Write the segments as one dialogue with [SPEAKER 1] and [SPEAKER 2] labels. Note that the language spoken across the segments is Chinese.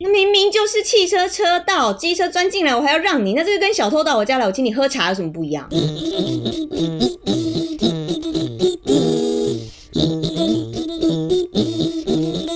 [SPEAKER 1] 那明明就是汽车车道，机车钻进来，我还要让你，那这个跟小偷到我家来，我请你喝茶有什么不一样？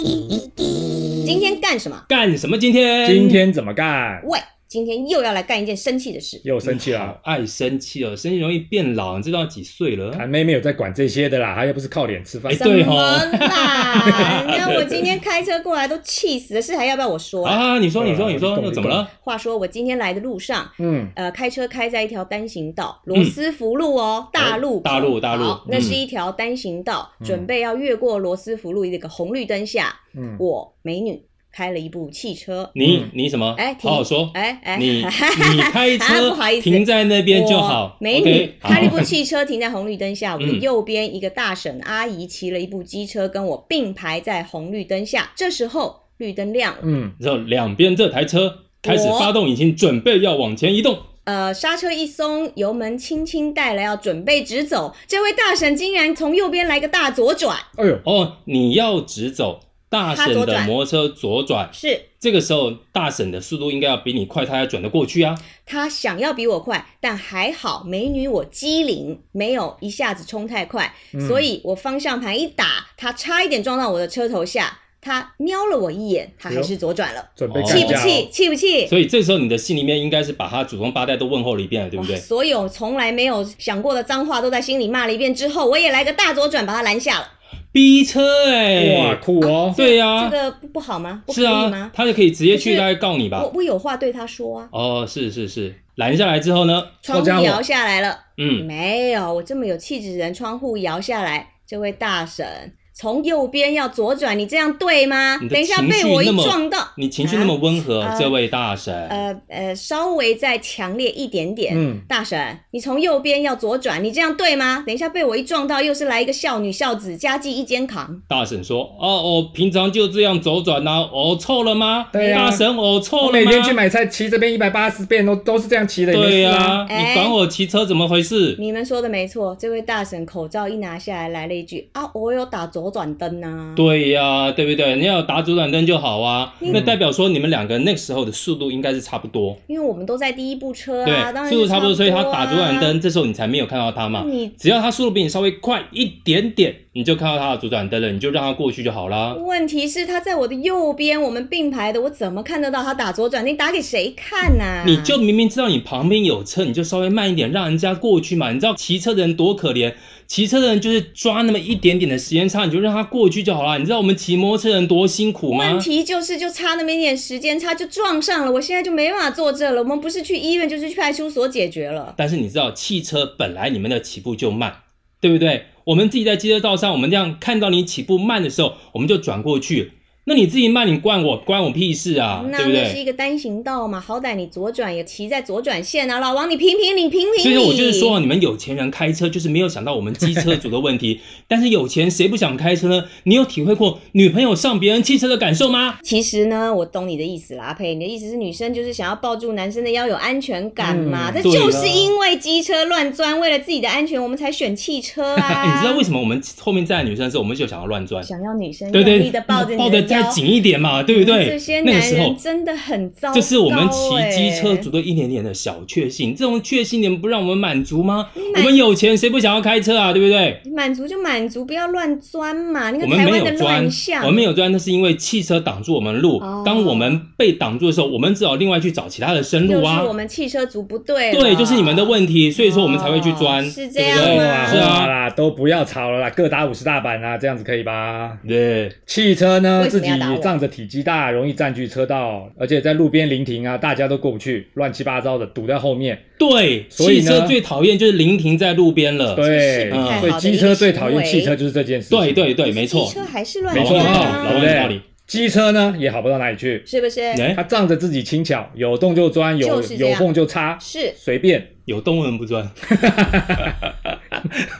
[SPEAKER 1] 今天干什么？
[SPEAKER 2] 干什么？今天
[SPEAKER 3] 今天怎么干？
[SPEAKER 1] 喂，今天又要来干一件生气的事。
[SPEAKER 3] 又生气
[SPEAKER 2] 你好
[SPEAKER 3] 了。
[SPEAKER 2] 爱生气哦，生气容易变老，你知道几岁了？
[SPEAKER 3] 俺妹妹有在管这些的啦，她又不是靠脸吃饭
[SPEAKER 2] 哎。
[SPEAKER 1] 怎么
[SPEAKER 2] 对
[SPEAKER 1] 啦
[SPEAKER 2] 哦？
[SPEAKER 1] 你看我今天开车过来都气死了，事还要不要我说啊？
[SPEAKER 2] 啊，你说，你说，
[SPEAKER 3] 呃
[SPEAKER 2] 你说，
[SPEAKER 3] 懂
[SPEAKER 2] 又怎么
[SPEAKER 3] 懂
[SPEAKER 2] 了？
[SPEAKER 1] 话说我今天来的路上，
[SPEAKER 3] 嗯，
[SPEAKER 1] 呃，开车开在一条单行道，罗斯福路哦，大路口，
[SPEAKER 2] 嗯哎大路大路
[SPEAKER 1] 好
[SPEAKER 2] 嗯
[SPEAKER 1] 那是一条单行道，
[SPEAKER 3] 嗯
[SPEAKER 1] 准备要越过罗斯福路一个红绿灯下，
[SPEAKER 3] 嗯
[SPEAKER 1] 我美女开了一部汽车，
[SPEAKER 2] 你
[SPEAKER 3] 嗯
[SPEAKER 2] 你什么？
[SPEAKER 1] 哎停
[SPEAKER 2] 好好说。
[SPEAKER 1] 哎哎，
[SPEAKER 2] 你你开
[SPEAKER 1] 啊
[SPEAKER 2] 车
[SPEAKER 1] 不好意思
[SPEAKER 2] 停在那边就好
[SPEAKER 1] 我。美
[SPEAKER 2] OK，
[SPEAKER 1] 女
[SPEAKER 2] 好
[SPEAKER 1] 开了一部汽车停在红绿灯下，我的
[SPEAKER 2] 嗯
[SPEAKER 1] 右边一个大婶阿姨骑了一部机车跟我并排在红绿灯下，这时候绿灯亮了，
[SPEAKER 3] 嗯，
[SPEAKER 2] 然后两边这台车开始
[SPEAKER 1] 我
[SPEAKER 2] 发动引擎，准备要往前移动。
[SPEAKER 1] 呃，刹车一松，油门轻轻带来，要准备直走，这位大婶竟然从右边来个大左转，
[SPEAKER 3] 哎呦，
[SPEAKER 2] 哦，你要直走，大
[SPEAKER 1] 他左
[SPEAKER 2] 婶的
[SPEAKER 1] 转
[SPEAKER 2] 摩托车左转。
[SPEAKER 1] 是。
[SPEAKER 2] 这个时候，大婶的速度应该要比你快，她要转得过去啊。
[SPEAKER 1] 她想要比我快，但还好美女我机灵，没有一下子冲太快，
[SPEAKER 3] 嗯
[SPEAKER 1] 所以我方向盘一打，她差一点撞到我的车头下。她瞄了我一眼，她还是左转了，
[SPEAKER 3] 准备
[SPEAKER 2] 哎哦
[SPEAKER 3] 干
[SPEAKER 1] 气不
[SPEAKER 3] 架哦
[SPEAKER 1] 气？气不气？
[SPEAKER 2] 所以这时候你的心里面应该是把她祖宗八代都问候了一遍了，对不
[SPEAKER 1] 哇
[SPEAKER 2] 对？
[SPEAKER 1] 所有从来没有想过的脏话都在心里骂了一遍之后，我也来个大左转把她拦下了。
[SPEAKER 2] 逼车哎、
[SPEAKER 3] 哇，酷哦！
[SPEAKER 2] 对呀、
[SPEAKER 1] 这个不不好吗？不可
[SPEAKER 2] 是
[SPEAKER 1] 以
[SPEAKER 2] 啊
[SPEAKER 1] 吗，？
[SPEAKER 2] 他就可以直接去
[SPEAKER 1] 可是
[SPEAKER 2] 来告你吧
[SPEAKER 1] 我。我有话对她说啊，
[SPEAKER 2] 哦，是是是，拦下来之后呢，
[SPEAKER 1] 窗户
[SPEAKER 3] 家伙
[SPEAKER 1] 摇下来了。
[SPEAKER 2] 嗯，
[SPEAKER 1] 没有，我这么有气质的人，窗户摇下来，这位大婶从右边要左转，你这样对吗
[SPEAKER 2] 你？的
[SPEAKER 1] 等一下
[SPEAKER 2] 情
[SPEAKER 1] 被
[SPEAKER 2] 绪
[SPEAKER 1] 我一
[SPEAKER 2] 那么
[SPEAKER 1] 撞到，
[SPEAKER 2] 你情绪那么温和，
[SPEAKER 1] 啊
[SPEAKER 2] 这位大婶，
[SPEAKER 1] 呃呃，稍微再强烈一点点。
[SPEAKER 3] 嗯
[SPEAKER 1] 大婶，你从右边要左转，你这样对吗？等一下被我一撞到，又是来一个孝女孝子，家计一肩扛。
[SPEAKER 2] 大婶说，哦，我平常就这样左转呐、哦，错了吗？
[SPEAKER 3] 对
[SPEAKER 2] 大
[SPEAKER 3] 呀
[SPEAKER 2] 婶，哦，错
[SPEAKER 3] 我
[SPEAKER 2] 了吗？
[SPEAKER 3] 每天去买菜，骑这边一百八十遍都都是这样骑的，也没
[SPEAKER 2] 对
[SPEAKER 3] 事
[SPEAKER 2] 呀、
[SPEAKER 3] 啊。
[SPEAKER 1] 哎
[SPEAKER 2] 你管我骑车怎么回事？
[SPEAKER 1] 你们说的没错，这位大婶口罩一拿下来，来了一句啊，我有打左转灯呐、啊。
[SPEAKER 2] 对呀、对不对？你要打左转灯就好啊。
[SPEAKER 1] 嗯
[SPEAKER 2] 那代表说你们两个那时候的速度应该是差不多，
[SPEAKER 1] 因为我们都在第一部车啊，当然
[SPEAKER 2] 对，速度
[SPEAKER 1] 是
[SPEAKER 2] 差
[SPEAKER 1] 差
[SPEAKER 2] 不多，所以他打左转
[SPEAKER 1] 啊
[SPEAKER 2] 灯，这时候你才没有看到他
[SPEAKER 1] 那
[SPEAKER 2] 嘛。
[SPEAKER 1] 你
[SPEAKER 2] 只要他速度比你稍微快一点点，你就看到他的左转灯了，你就让他过去就好啦。
[SPEAKER 1] 问题是他在我的右边，我们并排的，我怎么看得到他打左转？你打给谁看呐、
[SPEAKER 2] 你就明明知道你旁边有车，你就稍微慢一点，让人家过去嘛。你知道骑车的人多可怜，骑车的人就是抓那么一点点的时间差，你就让他过去就好啦。你知道我们骑摩托车的人多辛苦
[SPEAKER 1] 问
[SPEAKER 2] 吗？
[SPEAKER 1] 题就是就差那么一点时间差就撞上了，我现在就没办法坐这了。我们不是去医院就是去派出所解决了。
[SPEAKER 2] 但是你知道，汽车本来你们的起步就慢，对不对？我们自己在机车道上，我们这样看到你起步慢的时候，我们就转过去。那你自己慢，你关我关我屁事啊，
[SPEAKER 1] 那
[SPEAKER 2] 对不
[SPEAKER 1] 那是
[SPEAKER 2] 对？
[SPEAKER 1] 一个单行道嘛，好歹你左转也骑在左转线啊，老王你评评理，评评理。
[SPEAKER 2] 所以我就是说，，你们有钱人开车就是没有想到我们机车族的问题。但是有钱谁不想开车呢？你有体会过女朋友上别人汽车的感受吗？
[SPEAKER 1] 其实呢，我懂你的意思啦，阿佩，你的意思是女生就是想要抱住男生的腰有安全感嘛？
[SPEAKER 3] 嗯
[SPEAKER 1] 这
[SPEAKER 2] 对
[SPEAKER 1] 就是
[SPEAKER 2] 啦
[SPEAKER 1] 因为机车乱钻，为了自己的安全，我们才选汽车啊。
[SPEAKER 2] 哎， 你知道为什么我们后面站的女生的时候，我们就想要乱转，
[SPEAKER 1] 想要女生
[SPEAKER 2] 对
[SPEAKER 1] 用
[SPEAKER 2] 不
[SPEAKER 1] 力
[SPEAKER 2] 对
[SPEAKER 1] 的抱着你的腰
[SPEAKER 2] 抱得再紧一点嘛，对不
[SPEAKER 1] 这
[SPEAKER 2] 对
[SPEAKER 1] 些？
[SPEAKER 2] 那
[SPEAKER 1] 男
[SPEAKER 2] 个时候
[SPEAKER 1] 人真的很糟、糕
[SPEAKER 2] 这是我们骑机车族
[SPEAKER 1] 欸
[SPEAKER 2] 的一点点的小确幸，这种确幸你们不让我们满足吗？我们有钱，谁不想要开车啊？对不对？
[SPEAKER 1] 满足就满足，不要乱钻嘛。那
[SPEAKER 2] 我
[SPEAKER 1] 个
[SPEAKER 2] 们
[SPEAKER 1] 台
[SPEAKER 2] 没
[SPEAKER 1] 湾的
[SPEAKER 2] 有钻
[SPEAKER 1] 乱，象，
[SPEAKER 2] 我们没有钻，那是因为汽车挡住我们路。
[SPEAKER 1] 哦
[SPEAKER 2] 当我们被挡住的时候，我们只好另外去找其他的生路
[SPEAKER 1] 又是我
[SPEAKER 2] 啊。
[SPEAKER 1] 们汽车族不对了，
[SPEAKER 2] 对，就是你们的问题，所以说我们才会去钻，
[SPEAKER 1] 哦是这
[SPEAKER 2] 对不
[SPEAKER 1] 样
[SPEAKER 2] 对
[SPEAKER 1] 吗
[SPEAKER 3] 哇
[SPEAKER 2] 是
[SPEAKER 3] 好
[SPEAKER 2] 啊，
[SPEAKER 3] 啦，都不要吵了啦，各打五十大板啊啦，这样子可以吧？
[SPEAKER 2] 对，
[SPEAKER 3] 汽车呢，
[SPEAKER 1] 为什么
[SPEAKER 3] 自己
[SPEAKER 1] 要打我
[SPEAKER 3] 仗着体积大，容易占据车道，而且在路边临停啊，大家都过不去，乱七八糟的堵在后面。
[SPEAKER 2] 对，
[SPEAKER 3] 所以
[SPEAKER 2] 汽
[SPEAKER 3] 呢
[SPEAKER 2] 车最讨厌就是临停在路边了。
[SPEAKER 3] 对，
[SPEAKER 2] 不太好的
[SPEAKER 3] 所以机车最讨厌汽车就是这件事情。
[SPEAKER 2] 对对对，没
[SPEAKER 1] 汽
[SPEAKER 2] 错，
[SPEAKER 1] 车还是乱
[SPEAKER 3] 没
[SPEAKER 1] 钻
[SPEAKER 3] 错
[SPEAKER 2] 老王有
[SPEAKER 1] 啊，
[SPEAKER 2] 道理
[SPEAKER 3] 对不
[SPEAKER 2] 老王有道理
[SPEAKER 3] 对？机车呢也好不到哪里去，
[SPEAKER 1] 是不是？
[SPEAKER 2] 哎，
[SPEAKER 3] 它仗着自己轻巧，有洞就钻，有
[SPEAKER 1] 就是这样
[SPEAKER 3] 有缝就插，
[SPEAKER 1] 是。
[SPEAKER 3] 随便。
[SPEAKER 2] 有动文不钻，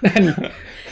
[SPEAKER 3] 那你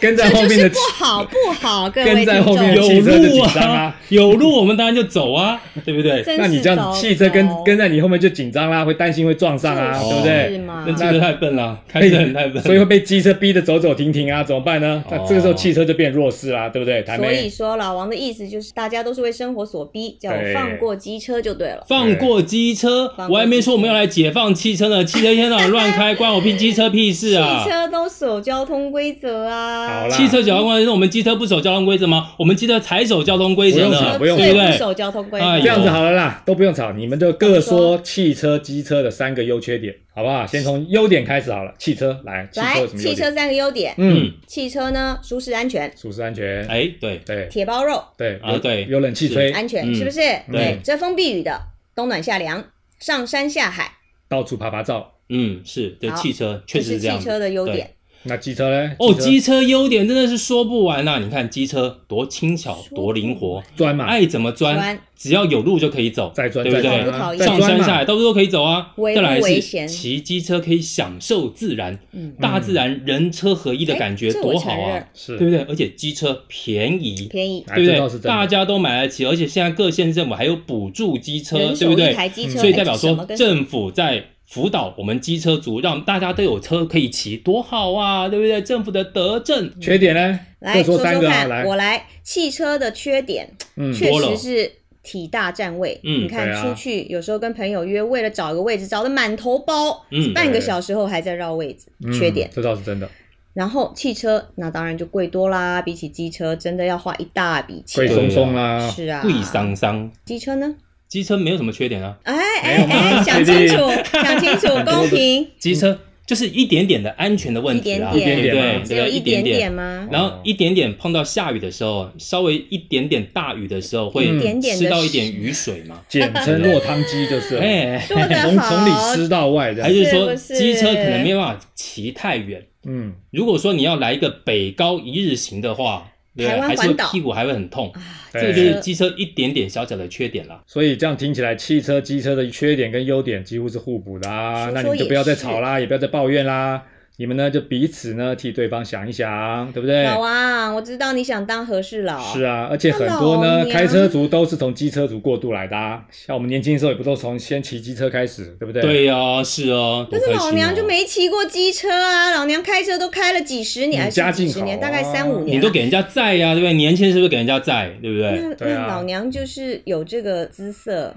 [SPEAKER 3] 跟在
[SPEAKER 1] 这
[SPEAKER 3] 后
[SPEAKER 1] 就
[SPEAKER 3] 面
[SPEAKER 1] 是
[SPEAKER 3] 的
[SPEAKER 1] 不好不好，各位
[SPEAKER 3] 跟在
[SPEAKER 1] 听
[SPEAKER 3] 后面
[SPEAKER 1] 众
[SPEAKER 3] 的。
[SPEAKER 2] 有
[SPEAKER 3] 汽车的
[SPEAKER 2] 路
[SPEAKER 3] 紧张啊，
[SPEAKER 2] 有路我们当然就走啊，对不对？
[SPEAKER 1] 真
[SPEAKER 3] 那你
[SPEAKER 1] 是
[SPEAKER 3] 这
[SPEAKER 1] 糟
[SPEAKER 3] 样汽车跟
[SPEAKER 1] 糕
[SPEAKER 3] 跟在你后面就紧张啦，会担心会撞上啊，
[SPEAKER 1] 就
[SPEAKER 3] 对不
[SPEAKER 1] 是
[SPEAKER 3] 对？
[SPEAKER 1] 嘛
[SPEAKER 2] 那这个太笨了，开车人太笨了，
[SPEAKER 3] 哎所以会被机车逼得走走停停啊，怎么办呢？那这个时候
[SPEAKER 2] 哦
[SPEAKER 3] 汽车就变弱势啦，对不对？台
[SPEAKER 1] 所以
[SPEAKER 3] 妹，
[SPEAKER 1] 说，老王的意思就是大家都是为生活所逼，叫我
[SPEAKER 3] 对
[SPEAKER 1] 放过机车就对了。
[SPEAKER 2] 放过机车
[SPEAKER 1] 放过机车。
[SPEAKER 2] 我还没说我们要来解放汽车呢，汽车 现场乱开，关我屁机车屁事啊
[SPEAKER 1] 汽！车都守交通规则
[SPEAKER 3] 好
[SPEAKER 1] 啊，
[SPEAKER 3] 啦
[SPEAKER 2] 汽车交通规则，我们机车不守交通规则吗？我们机车才守交通规则
[SPEAKER 3] 不用
[SPEAKER 1] 车
[SPEAKER 2] 呢
[SPEAKER 3] 吵。不用
[SPEAKER 1] 最
[SPEAKER 2] 对不
[SPEAKER 1] 不
[SPEAKER 2] 对
[SPEAKER 1] 守交通规
[SPEAKER 2] 哎呦
[SPEAKER 3] 这
[SPEAKER 1] 则。
[SPEAKER 3] 样子好了啦，都不用吵，你们就各
[SPEAKER 1] 怎么
[SPEAKER 3] 说汽车、机车的三个优缺点，好不好？先从优点开始好了，汽车来，汽车
[SPEAKER 1] 来，
[SPEAKER 3] 有什么优
[SPEAKER 1] 汽
[SPEAKER 3] 点？
[SPEAKER 1] 车三个优点，
[SPEAKER 3] 嗯，
[SPEAKER 1] 汽车呢舒适安全，
[SPEAKER 3] 舒适安全，
[SPEAKER 2] 哎，对，
[SPEAKER 3] 对哎
[SPEAKER 1] 铁包肉
[SPEAKER 3] 对
[SPEAKER 2] 啊
[SPEAKER 3] 有
[SPEAKER 2] 对
[SPEAKER 3] 有冷气
[SPEAKER 2] 是
[SPEAKER 3] 吹，
[SPEAKER 1] 安全
[SPEAKER 2] 嗯
[SPEAKER 1] 是不是？对，遮风避雨的，冬暖夏凉，上山下海，
[SPEAKER 3] 到处爬爬照。
[SPEAKER 2] 嗯，是对，
[SPEAKER 1] 好
[SPEAKER 2] 汽车确
[SPEAKER 1] 这
[SPEAKER 2] 实
[SPEAKER 1] 是
[SPEAKER 2] 这样
[SPEAKER 1] 汽
[SPEAKER 2] 子。
[SPEAKER 1] 车的优
[SPEAKER 2] 对
[SPEAKER 1] 点。
[SPEAKER 3] 那机车呢？
[SPEAKER 2] 哦，
[SPEAKER 3] 车
[SPEAKER 2] 机车优点真的是说不完呐、你看机车多轻巧，
[SPEAKER 1] 说
[SPEAKER 2] 多灵活，
[SPEAKER 3] 钻嘛，
[SPEAKER 2] 爱怎么钻
[SPEAKER 1] 钻，
[SPEAKER 2] 只要有路就可以走，
[SPEAKER 3] 再钻
[SPEAKER 2] 哎对不
[SPEAKER 3] 再
[SPEAKER 1] 钻
[SPEAKER 2] 对
[SPEAKER 1] 好？不讨厌
[SPEAKER 3] 钻，再
[SPEAKER 2] 上
[SPEAKER 3] 钻
[SPEAKER 2] 山下
[SPEAKER 3] 嘛
[SPEAKER 2] 海，到处都可以走啊。
[SPEAKER 1] 危不
[SPEAKER 2] 再来
[SPEAKER 1] 危
[SPEAKER 2] 是
[SPEAKER 1] 险
[SPEAKER 2] 骑机车可以享受自然，
[SPEAKER 1] 嗯，
[SPEAKER 2] 大自然人车合一的
[SPEAKER 1] 哎
[SPEAKER 2] 感觉
[SPEAKER 1] 这我
[SPEAKER 2] 多好
[SPEAKER 1] 承认
[SPEAKER 2] 啊，
[SPEAKER 3] 是
[SPEAKER 2] 对不对？而且机车便宜，
[SPEAKER 1] 便宜，
[SPEAKER 3] 啊
[SPEAKER 2] 对
[SPEAKER 3] 这倒
[SPEAKER 2] 不
[SPEAKER 3] 是
[SPEAKER 2] 对？
[SPEAKER 3] 真的
[SPEAKER 2] 大家都买得起，而且现在各县政府还有补助机车，
[SPEAKER 1] 人
[SPEAKER 2] 对
[SPEAKER 1] 手
[SPEAKER 2] 不
[SPEAKER 1] 一
[SPEAKER 2] 对？
[SPEAKER 1] 台机
[SPEAKER 3] 嗯
[SPEAKER 1] 车，
[SPEAKER 2] 所以
[SPEAKER 1] 哎
[SPEAKER 2] 代表
[SPEAKER 1] 什么
[SPEAKER 2] 说
[SPEAKER 1] 跟什么
[SPEAKER 2] 政府在辅导我们机车族，让大家都有车可以骑，多好啊，对不对？政府的德政，
[SPEAKER 3] 缺点呢？
[SPEAKER 1] 来
[SPEAKER 3] 各
[SPEAKER 1] 说
[SPEAKER 3] 三
[SPEAKER 1] 说
[SPEAKER 3] 个啊，
[SPEAKER 1] 看，
[SPEAKER 3] 来，
[SPEAKER 1] 我来。汽车的缺点
[SPEAKER 3] 嗯，
[SPEAKER 1] 确
[SPEAKER 2] 多
[SPEAKER 1] 实
[SPEAKER 2] 了
[SPEAKER 1] 是体大占位。
[SPEAKER 2] 嗯
[SPEAKER 1] 你看
[SPEAKER 3] 对啊
[SPEAKER 1] 出去有时候跟朋友约，为了找个位置，找的满头包，
[SPEAKER 2] 嗯
[SPEAKER 1] 半个
[SPEAKER 3] 对
[SPEAKER 1] 小时后还在绕位置，
[SPEAKER 3] 嗯
[SPEAKER 1] 缺点。
[SPEAKER 3] 这倒是真的，
[SPEAKER 1] 然后汽车那当然就贵多啦，比起机车真的要花一大笔
[SPEAKER 3] 贵
[SPEAKER 1] 钱。
[SPEAKER 3] 松松啦，
[SPEAKER 1] 是啊，
[SPEAKER 2] 贵桑桑，
[SPEAKER 1] 机车呢？
[SPEAKER 2] 机车没有什么缺点啊，
[SPEAKER 1] 哎
[SPEAKER 3] 没
[SPEAKER 1] 哎
[SPEAKER 3] 有吗
[SPEAKER 1] 哎，想
[SPEAKER 3] 弟
[SPEAKER 1] 清
[SPEAKER 3] 弟
[SPEAKER 1] 楚，想清楚，公平，
[SPEAKER 2] 机车就是一点点的安全的问题啦，
[SPEAKER 1] 一点
[SPEAKER 3] 点
[SPEAKER 2] 对不对？
[SPEAKER 1] 只有
[SPEAKER 2] 对
[SPEAKER 1] 一
[SPEAKER 2] 点
[SPEAKER 1] 点点。吗？
[SPEAKER 2] 然后一点点碰到下雨的时候，稍微一点点大雨的时候，会
[SPEAKER 3] 一
[SPEAKER 1] 点点的
[SPEAKER 2] 吃到一点雨水嘛。
[SPEAKER 3] 简称落汤鸡就是了。
[SPEAKER 2] 啊 哎，
[SPEAKER 1] 说得
[SPEAKER 3] 从从里
[SPEAKER 1] 好，
[SPEAKER 3] 湿到
[SPEAKER 2] 还
[SPEAKER 3] 外的，
[SPEAKER 2] 是说
[SPEAKER 1] 是不是
[SPEAKER 2] 机车可能没办法骑太远。
[SPEAKER 3] 嗯，
[SPEAKER 2] 如果说你要来一个北高一日行的话，对不
[SPEAKER 1] 台
[SPEAKER 2] 对，
[SPEAKER 1] 湾
[SPEAKER 2] 还是
[SPEAKER 1] 环
[SPEAKER 2] 会
[SPEAKER 1] 岛啊
[SPEAKER 2] 屁股还会很痛。
[SPEAKER 3] 对
[SPEAKER 2] 这个就是机车一点点小小的缺点啦。
[SPEAKER 3] 所以这样听起来，汽车、机车的缺点跟优点几乎是互补的啊
[SPEAKER 1] 说。
[SPEAKER 3] 那你
[SPEAKER 1] 说
[SPEAKER 3] 们就
[SPEAKER 1] 也
[SPEAKER 3] 不要再
[SPEAKER 1] 是
[SPEAKER 3] 吵啦，也不要再抱怨啦。你们呢，就彼此呢替对方想一想，对不对？
[SPEAKER 1] 老王，我知道你想当和事佬，
[SPEAKER 3] 是啊，而且很多
[SPEAKER 1] 那老
[SPEAKER 3] 呢，
[SPEAKER 1] 娘
[SPEAKER 3] 开车族都是从机车族过渡来的啊。像我们年轻的时候，也不都从先骑机车开始，对不对？，
[SPEAKER 2] 对呀、是哦，多
[SPEAKER 1] 但是
[SPEAKER 2] 开心哦
[SPEAKER 1] 老娘就没骑过机车啊，老娘开车都开了几十年，
[SPEAKER 3] 你
[SPEAKER 1] 还是
[SPEAKER 3] 家
[SPEAKER 1] 几
[SPEAKER 3] 境
[SPEAKER 1] 十年，
[SPEAKER 3] 好
[SPEAKER 1] 大
[SPEAKER 3] 啊
[SPEAKER 1] 概三五年了。
[SPEAKER 2] 你都给人家载呀、对不对？年轻是不是给人家载，对不对？
[SPEAKER 1] 那
[SPEAKER 3] 对
[SPEAKER 1] 那
[SPEAKER 3] 啊
[SPEAKER 1] 老娘就是有这个姿 色，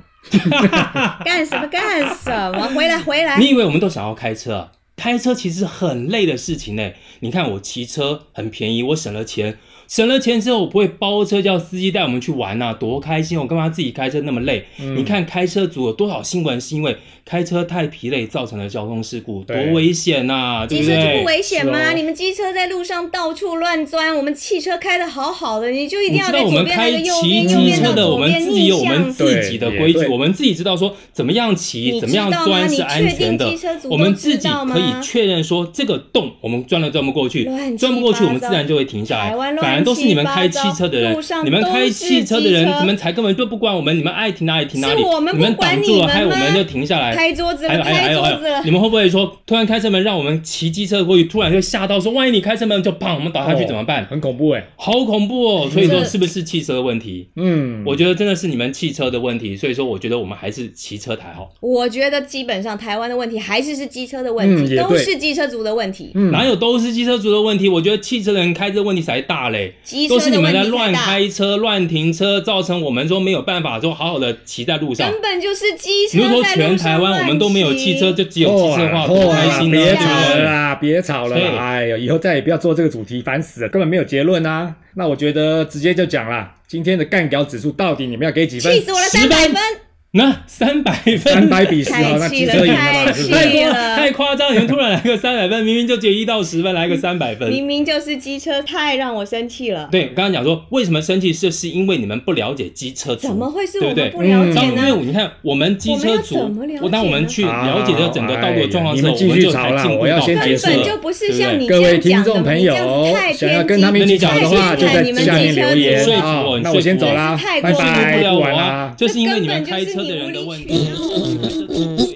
[SPEAKER 1] 干什么干什么？回来回来，
[SPEAKER 2] 你以为我们都想要开车啊？开车其实是很累的事情呢。你看我骑车很便宜，我省了钱，省了钱之后我不会包车叫司机带我们去玩呐、多开心！我干嘛自己开车那么累？你看开车族有多少新闻是因为开车太疲累造成了交通事故，多
[SPEAKER 3] 对
[SPEAKER 2] 危险呐、对
[SPEAKER 1] 机
[SPEAKER 2] 不
[SPEAKER 1] 车
[SPEAKER 2] 对？
[SPEAKER 1] 就不危险
[SPEAKER 3] 是
[SPEAKER 1] 吗？
[SPEAKER 3] 哦
[SPEAKER 1] 你们机车在路上到处乱钻，我们汽车开的好好的，你就一定
[SPEAKER 2] 你
[SPEAKER 1] 要
[SPEAKER 2] 知道
[SPEAKER 1] 在
[SPEAKER 2] 我
[SPEAKER 1] 左
[SPEAKER 2] 们
[SPEAKER 1] 边来
[SPEAKER 2] 开
[SPEAKER 1] 个右
[SPEAKER 2] 骑
[SPEAKER 1] 边，右
[SPEAKER 2] 机
[SPEAKER 1] 边
[SPEAKER 2] 车
[SPEAKER 1] 到
[SPEAKER 2] 的，我
[SPEAKER 1] 左
[SPEAKER 2] 们
[SPEAKER 1] 边
[SPEAKER 2] 自己
[SPEAKER 1] 逆
[SPEAKER 2] 有我们
[SPEAKER 1] 向。
[SPEAKER 2] 自己的
[SPEAKER 3] 对
[SPEAKER 2] 规
[SPEAKER 3] 也
[SPEAKER 2] 矩，
[SPEAKER 3] 对
[SPEAKER 2] 我们自己知道说怎么样骑，
[SPEAKER 1] 你
[SPEAKER 2] 怎么样
[SPEAKER 1] 知道吗
[SPEAKER 2] 钻是安全
[SPEAKER 1] 你确
[SPEAKER 2] 的
[SPEAKER 1] 定机车族，
[SPEAKER 2] 我们自己
[SPEAKER 1] 都
[SPEAKER 2] 可
[SPEAKER 1] 知
[SPEAKER 2] 以
[SPEAKER 1] 道吗
[SPEAKER 2] 确认说这个洞我们钻了钻不过去
[SPEAKER 1] 乱七八，糟
[SPEAKER 2] 钻不过去我们自然就会停下
[SPEAKER 1] 台湾
[SPEAKER 2] 来。
[SPEAKER 1] 乱
[SPEAKER 2] 反而都是你们开汽车的
[SPEAKER 1] 七八糟路
[SPEAKER 2] 人
[SPEAKER 1] 上，
[SPEAKER 2] 你们开汽车的
[SPEAKER 1] 都
[SPEAKER 2] 人
[SPEAKER 1] 是机车
[SPEAKER 2] 你们才根本就不管我们，你们爱停哪里停哪里，
[SPEAKER 1] 是我们不
[SPEAKER 2] 你们
[SPEAKER 1] 管
[SPEAKER 2] 挡
[SPEAKER 1] 你
[SPEAKER 2] 住了，
[SPEAKER 1] 们
[SPEAKER 2] 害我
[SPEAKER 1] 吗
[SPEAKER 2] 们就停下来。
[SPEAKER 1] 拍桌子
[SPEAKER 2] 还有
[SPEAKER 1] 了，
[SPEAKER 2] 还有还
[SPEAKER 1] 拍
[SPEAKER 2] 有
[SPEAKER 1] 桌子
[SPEAKER 2] 还有，
[SPEAKER 1] 了
[SPEAKER 2] 哎你。们会不会说突然开车门，让我们骑机车过去，突然就吓到说，万一你开车门就砰，我们倒下去怎么办？
[SPEAKER 3] 很恐怖哎、
[SPEAKER 2] 好恐怖哦！所以说
[SPEAKER 1] 这
[SPEAKER 2] 是不是汽车的问题？
[SPEAKER 3] 嗯，
[SPEAKER 2] 我觉得真的是你们汽车的问题，所以说我觉得我们还是骑车才好。
[SPEAKER 1] 我觉得基本上台湾的问题还是是机车的问
[SPEAKER 3] 嗯
[SPEAKER 1] 题，
[SPEAKER 3] 也
[SPEAKER 1] 都
[SPEAKER 3] 对
[SPEAKER 1] 是机车族的问题，
[SPEAKER 3] 嗯
[SPEAKER 2] 哪有都是机车族的问题？我觉得汽车人开车问题才大嘞，
[SPEAKER 1] 机车
[SPEAKER 2] 都是你
[SPEAKER 1] 的问
[SPEAKER 2] 们在
[SPEAKER 1] 题太
[SPEAKER 2] 乱
[SPEAKER 1] 大，
[SPEAKER 2] 开车、乱停车，造成我们说没有办法说好好的骑在路上。
[SPEAKER 1] 根本就是机车
[SPEAKER 2] 如果
[SPEAKER 1] 在
[SPEAKER 2] 全
[SPEAKER 1] 路
[SPEAKER 2] 台
[SPEAKER 1] 上
[SPEAKER 2] 湾我们都没有汽车，
[SPEAKER 1] 乱骑
[SPEAKER 2] 就只有汽车的话，
[SPEAKER 3] 哦
[SPEAKER 2] 多
[SPEAKER 3] 啊
[SPEAKER 2] 开心呢，
[SPEAKER 3] 别
[SPEAKER 2] 对
[SPEAKER 3] 吵
[SPEAKER 2] 不
[SPEAKER 3] 了
[SPEAKER 2] 对？
[SPEAKER 3] 啦，别吵了
[SPEAKER 2] 所以
[SPEAKER 3] 啦！哎呦，以后再也不要做这个主题，烦死了，根本没有结论啊。那我觉得直接就讲啦，今天的干屌指数到底你们要给几分
[SPEAKER 1] 气？死我了，三
[SPEAKER 2] 10
[SPEAKER 1] 百
[SPEAKER 2] 分
[SPEAKER 1] 分，
[SPEAKER 2] 那三百
[SPEAKER 3] 三
[SPEAKER 2] 分。
[SPEAKER 3] 百比十，好，那
[SPEAKER 1] 太气
[SPEAKER 3] 机
[SPEAKER 1] 了，
[SPEAKER 3] 车赢了
[SPEAKER 1] 太
[SPEAKER 3] 嘛，是不
[SPEAKER 1] 气
[SPEAKER 3] 是？
[SPEAKER 1] 了，
[SPEAKER 2] 太夸张！你们突然来个三百分，明明就只有一到十分，来个三百分，
[SPEAKER 1] 明明就是机车，太让我生气了。
[SPEAKER 2] 呃对，刚刚讲说为什么生气，是是因为你们不了解机车族，
[SPEAKER 1] 怎么会是我
[SPEAKER 2] 对不
[SPEAKER 1] 们
[SPEAKER 2] 对
[SPEAKER 1] 不了解
[SPEAKER 2] 当
[SPEAKER 1] 呢？
[SPEAKER 2] 因为我你看我们机车族
[SPEAKER 1] 我们要怎么了解呢，
[SPEAKER 2] 我当我们去了解这整个道路的状况之后，我们
[SPEAKER 3] 哎呀
[SPEAKER 2] 就
[SPEAKER 3] 你们继续吵
[SPEAKER 2] 才
[SPEAKER 3] 啦
[SPEAKER 2] 进步
[SPEAKER 3] 我要
[SPEAKER 2] 到
[SPEAKER 3] 先
[SPEAKER 2] 开
[SPEAKER 3] 结束
[SPEAKER 2] 车
[SPEAKER 1] 根
[SPEAKER 3] 了
[SPEAKER 1] 本就不是像你
[SPEAKER 3] 各
[SPEAKER 1] 这
[SPEAKER 3] 位
[SPEAKER 1] 样
[SPEAKER 3] 听
[SPEAKER 1] 讲的，
[SPEAKER 3] 众朋友
[SPEAKER 1] 你这样子太，
[SPEAKER 3] 想要
[SPEAKER 1] 偏
[SPEAKER 3] 跟他们一起
[SPEAKER 2] 激
[SPEAKER 3] 吵
[SPEAKER 2] 了
[SPEAKER 3] 的
[SPEAKER 2] 那
[SPEAKER 3] 话，
[SPEAKER 2] 你
[SPEAKER 3] 就
[SPEAKER 2] 讲
[SPEAKER 3] 在
[SPEAKER 1] 你们
[SPEAKER 3] 下
[SPEAKER 1] 这
[SPEAKER 3] 面
[SPEAKER 1] 些
[SPEAKER 3] 留言
[SPEAKER 2] 说服
[SPEAKER 3] 啊
[SPEAKER 2] 我。你
[SPEAKER 3] 那
[SPEAKER 2] 说
[SPEAKER 3] 我先
[SPEAKER 2] 服我
[SPEAKER 3] 走啦
[SPEAKER 1] 真是太，
[SPEAKER 3] 拜
[SPEAKER 1] 过分
[SPEAKER 2] 不
[SPEAKER 3] 拜，
[SPEAKER 2] 了
[SPEAKER 3] 不
[SPEAKER 2] 我
[SPEAKER 3] 玩
[SPEAKER 2] 啊
[SPEAKER 3] 啦，，
[SPEAKER 2] 就是因为
[SPEAKER 1] 根
[SPEAKER 2] 你们
[SPEAKER 1] 本就
[SPEAKER 2] 开
[SPEAKER 1] 是
[SPEAKER 2] 车
[SPEAKER 1] 你
[SPEAKER 2] 的人的
[SPEAKER 1] 无
[SPEAKER 2] 问
[SPEAKER 1] 理
[SPEAKER 2] 题
[SPEAKER 1] 取。闹。